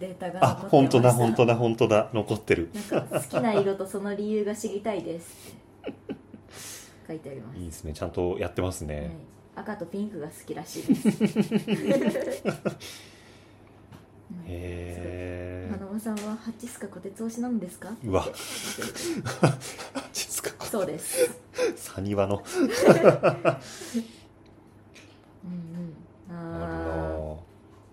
Speaker 1: データが
Speaker 2: あ
Speaker 1: 残ってました
Speaker 2: 本当だ本当だ本当だ残ってる
Speaker 1: なんか好きな色とその理由が知りたいですって書いてあります
Speaker 2: いいですねちゃんとやってます
Speaker 1: はい
Speaker 2: ね、、
Speaker 1: 赤とピンクが好きらしい です。
Speaker 2: へ
Speaker 1: 花間さんはハッチスカコテツ推しなんですか？
Speaker 2: えうわ
Speaker 1: って
Speaker 2: 実か
Speaker 1: そうです。
Speaker 2: サニワの
Speaker 1: うんうん。
Speaker 2: ある
Speaker 1: あ
Speaker 2: なああ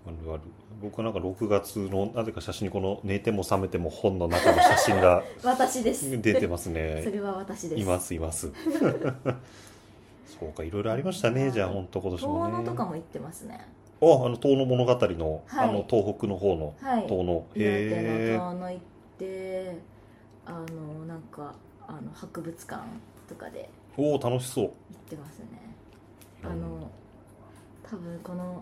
Speaker 2: るある僕はなんか6月のなぜか写真にこの「寝ても覚めても本」の中の写 真が
Speaker 1: あ、私です。
Speaker 2: 出てます
Speaker 1: そ
Speaker 2: ね
Speaker 1: れは私です。
Speaker 2: いますいます そうかいろいろありましたねじゃあ本当今年
Speaker 1: 遠
Speaker 2: も
Speaker 1: 野
Speaker 2: ね
Speaker 1: とかも行ってますね。
Speaker 2: ああの遠野物語の,、
Speaker 1: はい
Speaker 2: あの東北の方の
Speaker 1: はい。
Speaker 2: 遠野
Speaker 1: 岩手
Speaker 2: へ
Speaker 1: の遠野行って、あのなんかあの博物館とかで
Speaker 2: えおお楽しそう
Speaker 1: 行ってますね。あの多分この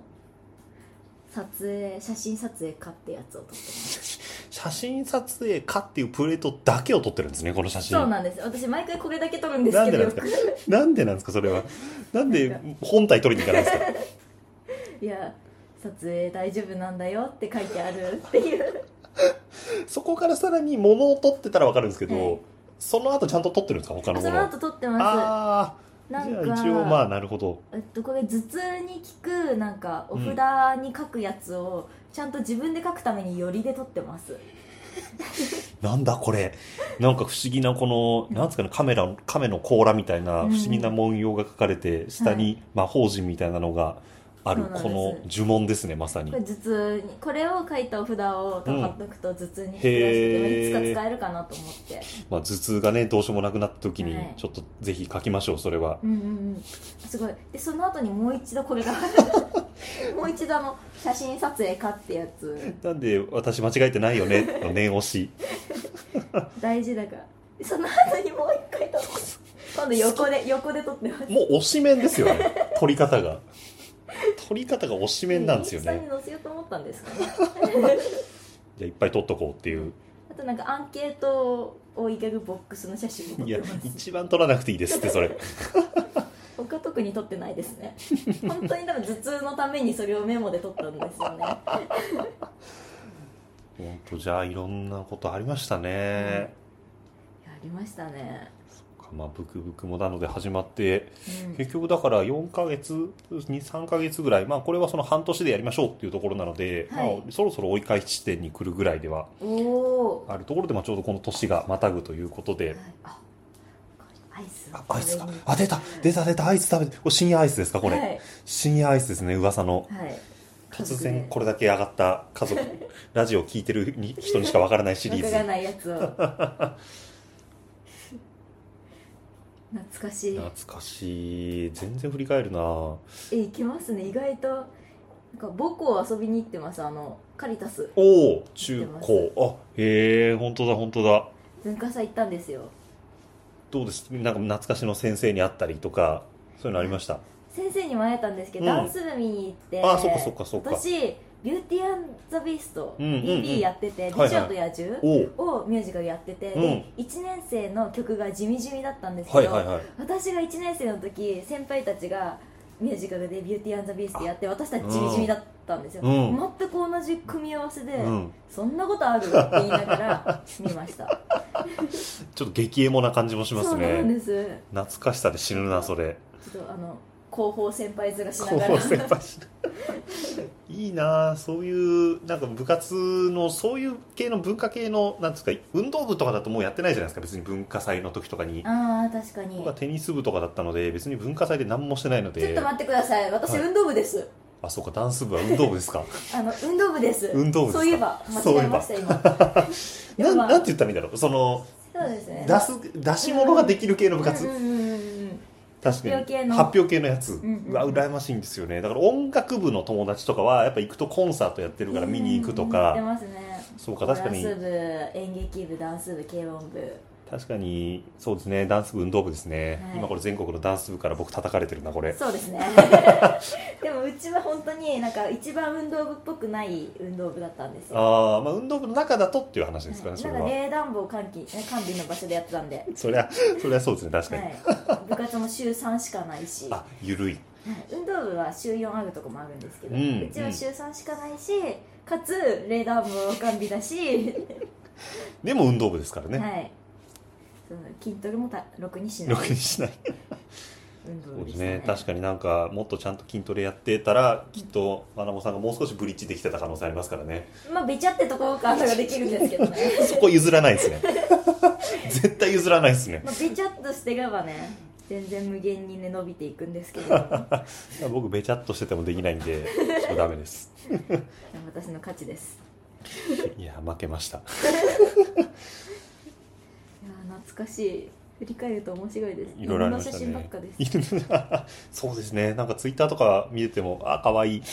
Speaker 1: 撮影写真撮影かってやつを撮ってます。
Speaker 2: 写真撮影かっていうプレートだけを撮ってるんですねこの写真
Speaker 1: そうなんです私毎回これだけ撮るんです
Speaker 2: なん
Speaker 1: けど
Speaker 2: でなんですかなんでなんですかそれはなん
Speaker 1: な
Speaker 2: で
Speaker 1: ん
Speaker 2: 本体撮りに行かないんですか
Speaker 1: いや撮影大丈夫なんだよって書いてあるっていう
Speaker 2: そこからさらに物を撮ってたらわかるんですけど、
Speaker 1: はい
Speaker 2: その後ちゃんと撮ってるんですか他
Speaker 1: あ
Speaker 2: の
Speaker 1: そ
Speaker 2: も
Speaker 1: の
Speaker 2: の
Speaker 1: 後撮ってま
Speaker 2: あ
Speaker 1: す
Speaker 2: あ
Speaker 1: な
Speaker 2: じゃ
Speaker 1: ん
Speaker 2: あ
Speaker 1: か
Speaker 2: 一応まあなるほど
Speaker 1: えっと、これ頭痛に効くなんかお札に書くやつをちゃんと自分で書くためによりで撮ってます、
Speaker 2: なんだこれなんか不思議なこのなんですかねカメラ亀の甲羅みたいな
Speaker 1: う
Speaker 2: 不
Speaker 1: ん
Speaker 2: 思議な文様が書かれて下
Speaker 1: は
Speaker 2: に魔法陣みたいなのがある
Speaker 1: そうなんです
Speaker 2: この呪文ですねまさに
Speaker 1: これ頭痛にこれを書いたお札を多分貼っとくと頭痛に効くらしくて、
Speaker 2: へー
Speaker 1: いつか使えるかなと思って
Speaker 2: まあ、頭痛がねどうしようもなくなった時に
Speaker 1: はい
Speaker 2: ちょっとぜひ書きましょうそれは
Speaker 1: うんうんうんすごいでその後にもう一度こ れがもう一度あの写真撮影かってやつ
Speaker 2: なんで私間違えてないよねの念押し
Speaker 1: 大事だからその後にもう一回撮 って今度横で横で撮ってます
Speaker 2: もう押し面ですよね取り方が取り方が押し面なんですよ
Speaker 1: インスタ
Speaker 2: ね
Speaker 1: に載せようと思ったんですかね
Speaker 2: じゃあいっぱい取っとこうっていう
Speaker 1: あとなんかアンケートを入れるボックスの写真も撮っ
Speaker 2: いや
Speaker 1: てます
Speaker 2: 一番取らなくていいで すってそれ
Speaker 1: 他特に撮ってないです ね本当に多分頭痛のためにそれをメモで撮ったんですよね
Speaker 2: 本当じゃあいろんなことありましたね、
Speaker 1: やりましたね
Speaker 2: そっかまあ、ブクブクもなので始まって、
Speaker 1: うん
Speaker 2: 結局だから4ヶ月、2、3ヶ月ぐらい、まあこれはその半年でやりましょうっていうところなので、
Speaker 1: はい
Speaker 2: まあそろそろ追い返し地点に来るぐらいでは
Speaker 1: おお、
Speaker 2: あるところで、まあちょうどこの年がまたぐということで、
Speaker 1: はいあアイス
Speaker 2: あアイスか。あ、出た出た出たアイス食べて、これ深夜アイスですかこれ、
Speaker 1: はい、
Speaker 2: 深夜アイスですね、噂の。
Speaker 1: はい、
Speaker 2: 突然これだけ上がった 家族、ラジオ聞いてるに人にしかわからないシリー
Speaker 1: わから
Speaker 2: ズ。
Speaker 1: ないや つを懐かしい
Speaker 2: 懐かしい。全然振り返るなぁ
Speaker 1: え行きますね意外となんか母校遊びに行ってますあのカリタス
Speaker 2: おお中高。あ、へえ、本当だ本当だ。
Speaker 1: 文化祭行ったんですよ
Speaker 2: どうですなんか懐かしの先生に会ったりとかそういうのありました
Speaker 1: 先生にも会えたんですけど、
Speaker 2: うん
Speaker 1: ダンス部見に行って
Speaker 2: あそっかそっかそっか
Speaker 1: 私ビューティーザ・ビースト
Speaker 2: うんうんうん
Speaker 1: BB やってて「
Speaker 2: い
Speaker 1: 美
Speaker 2: はい
Speaker 1: 女と野獣」
Speaker 2: おお
Speaker 1: をミュージカルやってて、
Speaker 2: うん
Speaker 1: で1年生の曲が地味地味だったんですけど、
Speaker 2: はいはいはい
Speaker 1: 私が1年生の時先輩たちがミュージカルで「ビューティーザ・ビースト」やって私たち地味地味だったんですよ、
Speaker 2: うん
Speaker 1: 全く同じ組み合わせで、
Speaker 2: うん
Speaker 1: そんなことあるって言いながら見ました
Speaker 2: ちょっと激エモな感じも しま
Speaker 1: そ
Speaker 2: す
Speaker 1: うなん
Speaker 2: ね
Speaker 1: です
Speaker 2: 懐かしさで死ぬなそれ
Speaker 1: ちょっとあの広報先輩面しな
Speaker 2: 高
Speaker 1: が
Speaker 2: 校
Speaker 1: ら
Speaker 2: 先輩死ぬいいなあそういうなんか部活のそういう系の文化系のなんですか運動部とかだともうやってないじゃないですか別に文化祭の時とかに
Speaker 1: ああ確かに
Speaker 2: 僕はテニス部とかだったので別に文化祭で何もしてないの
Speaker 1: ちょっ
Speaker 2: で
Speaker 1: と待ってください私
Speaker 2: はい
Speaker 1: 運動部です、
Speaker 2: あそうかダンス部は運動部で すか
Speaker 1: あの運動部です
Speaker 2: 運動部ですか
Speaker 1: そういえば間違えました今 でも
Speaker 2: なん
Speaker 1: まあ
Speaker 2: なんて言ったらいいんだろうその
Speaker 1: そうですね
Speaker 2: 出す出し物ができる系の部活
Speaker 1: うんうんうんうん
Speaker 2: 確かに
Speaker 1: 発表系の
Speaker 2: 発表系のやつ、う
Speaker 1: うんうん
Speaker 2: わ羨ましいんですよねだから音楽部の友達とかはやっぱ行くとコンサートやってるから見に行くとか、
Speaker 1: うんうんうん言ってますね
Speaker 2: そうか確かに
Speaker 1: ダンス部演劇部ダンス部軽音部
Speaker 2: 確かにそうですねダンス部運動部ですね、
Speaker 1: はい
Speaker 2: 今これ全国のダンス部から僕叩かれてるなこれ
Speaker 1: そう ですねでもうちは本当になんか一番運動部っぽくない運動部だったんですよ
Speaker 2: ああまあ運動部の中だとっていう話ですか
Speaker 1: は
Speaker 2: ね、
Speaker 1: い
Speaker 2: それ
Speaker 1: なんか
Speaker 2: は
Speaker 1: 冷暖房換気完備の場所でやってたんで、 はい、
Speaker 2: そりゃそりゃそうですね確かに、
Speaker 1: 部活も週3しかないし、は
Speaker 2: あゆるい
Speaker 1: い、運動部は週4あるとこもあるんですけど、
Speaker 2: う
Speaker 1: うんちは週3しかないしかつ冷暖房完備だし、
Speaker 2: でも運動部ですからね、
Speaker 1: はい、その筋トレもたろくにしな
Speaker 2: ろ
Speaker 1: い
Speaker 2: くにしない
Speaker 1: 運動
Speaker 2: そう
Speaker 1: 部
Speaker 2: で
Speaker 1: ですす
Speaker 2: ね
Speaker 1: ね
Speaker 2: 確かになんかもっとちゃんと筋トレやってたらきっとまなもさんがもう少しブリッジできてた可能性ありますからね
Speaker 1: まあべちゃってところからができるんですけどね
Speaker 2: そこ譲らないですね 絶対譲らないですね
Speaker 1: まあべちゃっとしてればね全然無限にね伸びていくんですけれども
Speaker 2: 僕べちゃっとしててもできないんでちょっとダメです
Speaker 1: 私の勝ちです
Speaker 2: いや負けました
Speaker 1: いやー懐かしい振り返ると面白いです
Speaker 2: いろいろありました
Speaker 1: 犬の写真ば
Speaker 2: ね
Speaker 1: っかです
Speaker 2: 犬の そうですねなんかツイッターとか見ててもあ可愛い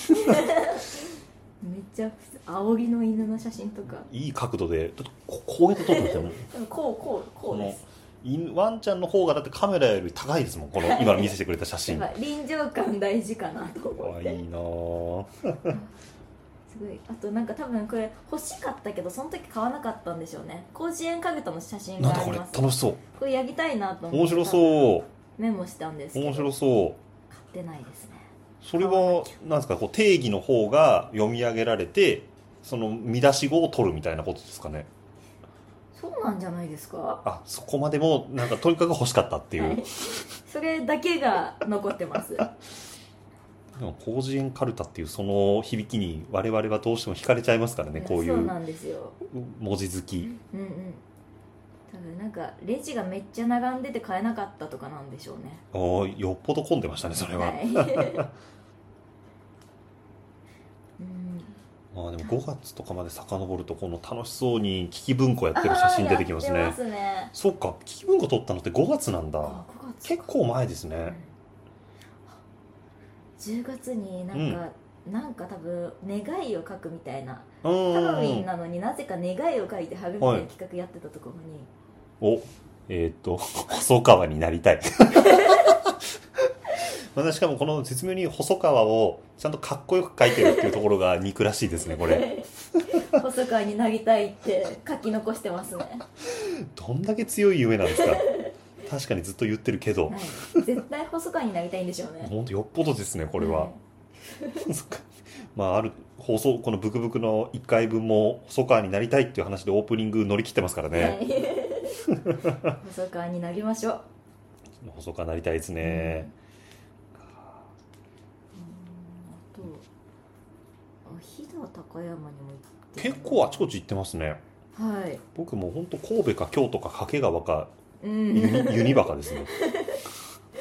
Speaker 1: めっちゃ普通煽りの犬の写真とか
Speaker 2: いい角度でだってここうやって撮ってますよ
Speaker 1: でもこうこうこ
Speaker 2: こ
Speaker 1: う
Speaker 2: の
Speaker 1: です
Speaker 2: 犬ワンちゃんの方がだってカメラより高いですもんこの今見せてくれた写
Speaker 1: やっ
Speaker 2: 真
Speaker 1: ぱ臨場感大事かなと
Speaker 2: 可
Speaker 1: 思っ
Speaker 2: 愛
Speaker 1: て
Speaker 2: いなぁ
Speaker 1: すごいあとなんか多分これ欲しかったけどその時買わなかったんでしょうね甲子園かぐたの写真
Speaker 2: なん
Speaker 1: が
Speaker 2: だ
Speaker 1: あ
Speaker 2: こ
Speaker 1: り
Speaker 2: れ
Speaker 1: ます
Speaker 2: 楽しそう
Speaker 1: これやりたいなと思
Speaker 2: 面
Speaker 1: って
Speaker 2: 白そう
Speaker 1: メモしたんですけど
Speaker 2: 面白そう
Speaker 1: 買ってないですね
Speaker 2: それはなんですかこう定義の方が読み上げられてその見出し語を取るみたいなことですかね
Speaker 1: そうなんじゃないですか
Speaker 2: あそこまでもなんかとにかく欲しかったっていう、
Speaker 1: はいそれだけが残ってます
Speaker 2: でも広辞苑かるたっていうその響きに我々はどうしても惹かれちゃいますからねこうい
Speaker 1: そう
Speaker 2: う
Speaker 1: なんですよ
Speaker 2: 文字好き
Speaker 1: うんうん多分なんかレジがめっちゃ並んでて買えなかったとかなんでしょうね
Speaker 2: おーよっぽど混んでましたねそれは、
Speaker 1: はいうん
Speaker 2: まあでも5月とかまで遡るとこの楽しそうに危機文庫やってる写真出てきます
Speaker 1: あーや
Speaker 2: ね
Speaker 1: ってますね
Speaker 2: そっか危機文庫撮ったのって5月なんだ
Speaker 1: あ9月
Speaker 2: 結構前です
Speaker 1: うん
Speaker 2: ね
Speaker 1: 10月になんか、なんか多分願いを書くみたいな
Speaker 2: う
Speaker 1: ハロウィ
Speaker 2: ー
Speaker 1: ン
Speaker 2: ん
Speaker 1: なのになぜか願いを書いて貼るみたいな企画やってたところに、
Speaker 2: おえーっと 細川になり たいまあしかもこの絶妙に細川をちゃんとかっこよく描いてるっていうところが憎らしいですね これ
Speaker 1: 細川になりたいって書き残してますね、
Speaker 2: どんだけ強い夢なんですか確かにずっと言ってるけど
Speaker 1: はい、絶対細川になりたいんでしょうね
Speaker 2: 本当よっぽどですねこれは、
Speaker 1: い
Speaker 2: そっかまあある放送この「ブクブク」の1回分も細川になりたいっていう話でオープニング乗り切ってますからね、
Speaker 1: はい細川になりましょう
Speaker 2: 細川なりたいですね、
Speaker 1: あとあ飛騨高山にも行って
Speaker 2: 結構あちこち行ってますね
Speaker 1: はい、
Speaker 2: 僕もう本当神戸か京都か掛川か
Speaker 1: うん、
Speaker 2: ユニユニバカですね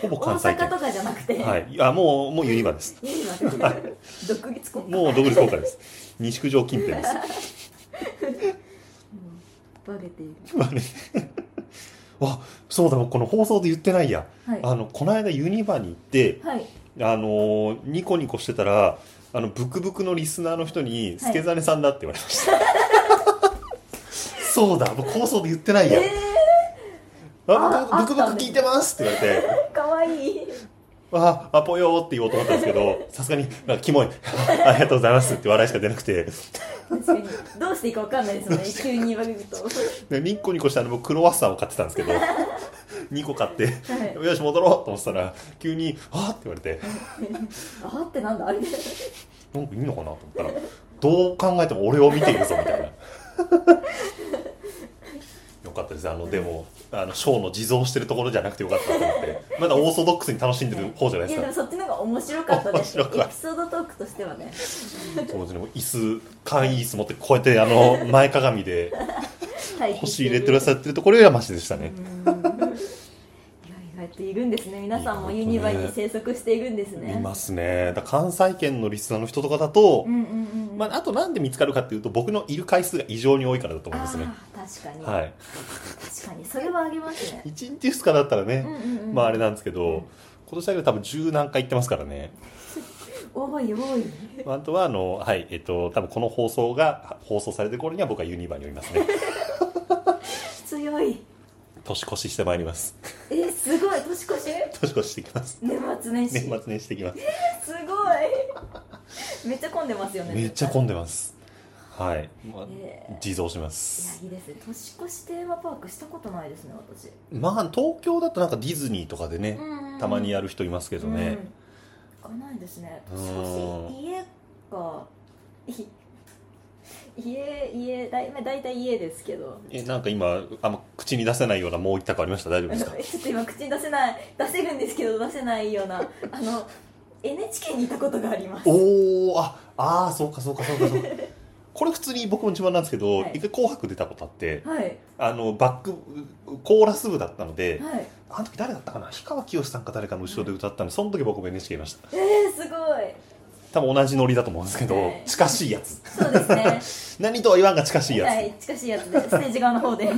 Speaker 2: ほぼ
Speaker 1: 大
Speaker 2: 関西
Speaker 1: 阪
Speaker 2: 圏
Speaker 1: とかじゃなくて、
Speaker 2: はい、いやもうもうユニバです
Speaker 1: ユニバース 独立コン
Speaker 2: もう独立公開です西九条近辺 です
Speaker 1: バゲている
Speaker 2: まあね あそうだこの放送で言ってないや
Speaker 1: はい
Speaker 2: あのこの間ユニバに行って
Speaker 1: はい
Speaker 2: あのーニコニコしてたらあのブクブクのリスナーの人
Speaker 1: は
Speaker 2: に「
Speaker 1: い
Speaker 2: スケザネさんだ」って言われました、 そうだ僕放送で言ってないや、
Speaker 1: えあ
Speaker 2: あブクブ
Speaker 1: あった
Speaker 2: ク
Speaker 1: ね
Speaker 2: 聞いてますって言われて
Speaker 1: ー、かわいい
Speaker 2: あアポよーって言おうと思ったんですけ どさすがになんかキモい ありがとうございますって笑いしか出なくて
Speaker 1: 確かにどうしていいかわかんないです ね急に言われるとは
Speaker 2: でニッコニコしたの僕クロワッサンを買ってたんですけど2個買って
Speaker 1: い
Speaker 2: よし戻ろうと思ってたら急に「あっ」って言われて
Speaker 1: あってなんだあれ
Speaker 2: なんかいいのかなと思ったらどう考えても俺を見ているぞみたいな よかったですあのでもあのショーの地蔵してるところじゃなくてよかったと思ってまだオーソドックスに楽しんでる方じゃない
Speaker 1: い
Speaker 2: で
Speaker 1: やでも
Speaker 2: すか
Speaker 1: そっちの方が面白かったですエ
Speaker 2: 面白かった
Speaker 1: ピソードトークとしてはね
Speaker 2: そうですね椅子簡易椅子持ってこうやってあの前かがみで腰入れてくださ
Speaker 1: い
Speaker 2: ってるところよりはマシでしたね
Speaker 1: 意外といるんですね皆さんもユニバに生息しているんですね
Speaker 2: いますねだから関西圏のリスナーの人とかだと
Speaker 1: う、んうんうん
Speaker 2: まあ、あとなんで見つかるかっていうと僕のいる回数が異常に多いからだと思いますね
Speaker 1: あー確かに、
Speaker 2: はい
Speaker 1: 確かにそれはありますね
Speaker 2: 1日2日だったらね、
Speaker 1: うんうんうん
Speaker 2: まああれなんですけど、
Speaker 1: うん
Speaker 2: 今年だけで多分十何回行ってますからね
Speaker 1: 多い多い
Speaker 2: あとはあのはいえっと多分この放送が放送されてる頃には僕はユニバにお りますね
Speaker 1: 強い
Speaker 2: 年越ししてまいります
Speaker 1: えー、すごい年越し
Speaker 2: 年越ししてきます
Speaker 1: 年末年始
Speaker 2: 年末年始してきます
Speaker 1: すごいめっちゃ混んでますよね
Speaker 2: めっちゃ
Speaker 1: ん
Speaker 2: 混んでますはい、まあ
Speaker 1: え
Speaker 2: 自動し
Speaker 1: い
Speaker 2: ま
Speaker 1: や
Speaker 2: す
Speaker 1: いいですね年越しテーマパークしたことないですね私
Speaker 2: まあ東京だとなんかディズニーとかでね、たまに
Speaker 1: や
Speaker 2: やる人いますけどね、
Speaker 1: 行かないですね
Speaker 2: うん
Speaker 1: 年越し家かい 家家だい大体家ですけど
Speaker 2: えなんか今あんま口に出せないようなもう一択ありました大丈夫
Speaker 1: あ
Speaker 2: です
Speaker 1: の
Speaker 2: か
Speaker 1: ちょっと今口に出せない出せるんですけど出せないよう なあの NHK にいたことがあります
Speaker 2: おおああーそうかそうかそうかそうか これ普通に僕も自慢なんですけど、
Speaker 1: はい
Speaker 2: 一回「紅白」出たことあって
Speaker 1: はい
Speaker 2: あのバックコーラス部だったので、
Speaker 1: はい
Speaker 2: あの時誰だったかな氷川きよしさんか誰かの後ろで歌ったんでその時僕も NHK いました
Speaker 1: えー、すごい
Speaker 2: 多分同じノリだと思うんですけど、
Speaker 1: はい
Speaker 2: 近しいやつ
Speaker 1: そうです ね
Speaker 2: 何とは言わんが近しいやつ、
Speaker 1: はい、近しいやつでステージ側の方で いま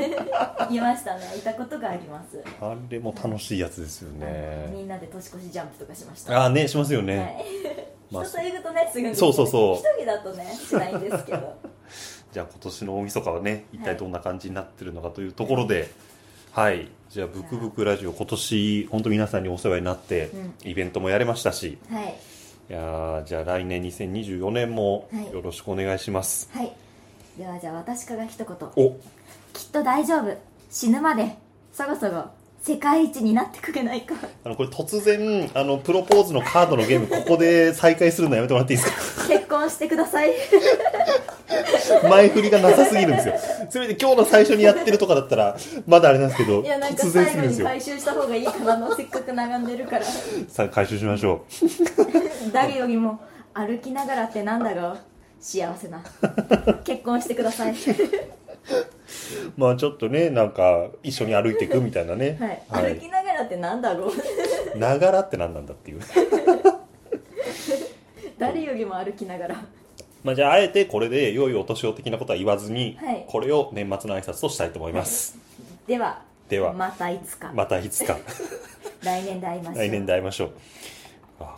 Speaker 1: したねいたことがあります、
Speaker 2: あれも楽しいやつですよ
Speaker 1: み
Speaker 2: ね
Speaker 1: んなで年越しジャンプとかしました
Speaker 2: ああねしますよね、
Speaker 1: はい、
Speaker 2: まあ
Speaker 1: 人といるとねすぐに
Speaker 2: そうそうそう
Speaker 1: 一人だとねしないんですけ ど
Speaker 2: じゃあ今年の大晦日はね一体どんな感じになってるのかというところではい、じゃあ「ブクブクラジオ」今年本当皆さんにお世話になって、
Speaker 1: う
Speaker 2: イベントもやれましたし
Speaker 1: はい
Speaker 2: いやーじゃあ来年2024年も
Speaker 1: はい
Speaker 2: よろしくお願いします、
Speaker 1: はいではじゃあ私から一言
Speaker 2: お
Speaker 1: きっと大丈夫死ぬまでそろそろ世界一になってくれない か
Speaker 2: あのこれ突然あのプロポーズのカードのゲームここで再開するのやめてもらっていいです
Speaker 1: 結婚してください
Speaker 2: か 前振りがなさすぎるんですよせめて今日の最初にやってるとかだったらまだあれなんですけど
Speaker 1: いやなんか
Speaker 2: 突然す
Speaker 1: 最後
Speaker 2: ぎるんで
Speaker 1: に
Speaker 2: すよ
Speaker 1: 回収した方がいいかなのせっかく並んでる から
Speaker 2: さあ回収しましょう
Speaker 1: 誰よりも歩きながらってなんだろう幸せ な結婚してください、
Speaker 2: まあちょっとねなんか一緒に歩いていくみたいなね
Speaker 1: はい、歩きながらってなんだろう
Speaker 2: ながらって何なんだっていう
Speaker 1: 誰よりも歩きながら
Speaker 2: まあじゃああえてこれで良いお年を的なことは言わずに、
Speaker 1: はい
Speaker 2: これを年末の挨拶としたいと思います、
Speaker 1: では
Speaker 2: では
Speaker 1: またいつか、
Speaker 2: またいつか
Speaker 1: 来年で会いましょう
Speaker 2: 来年で会いましょうあ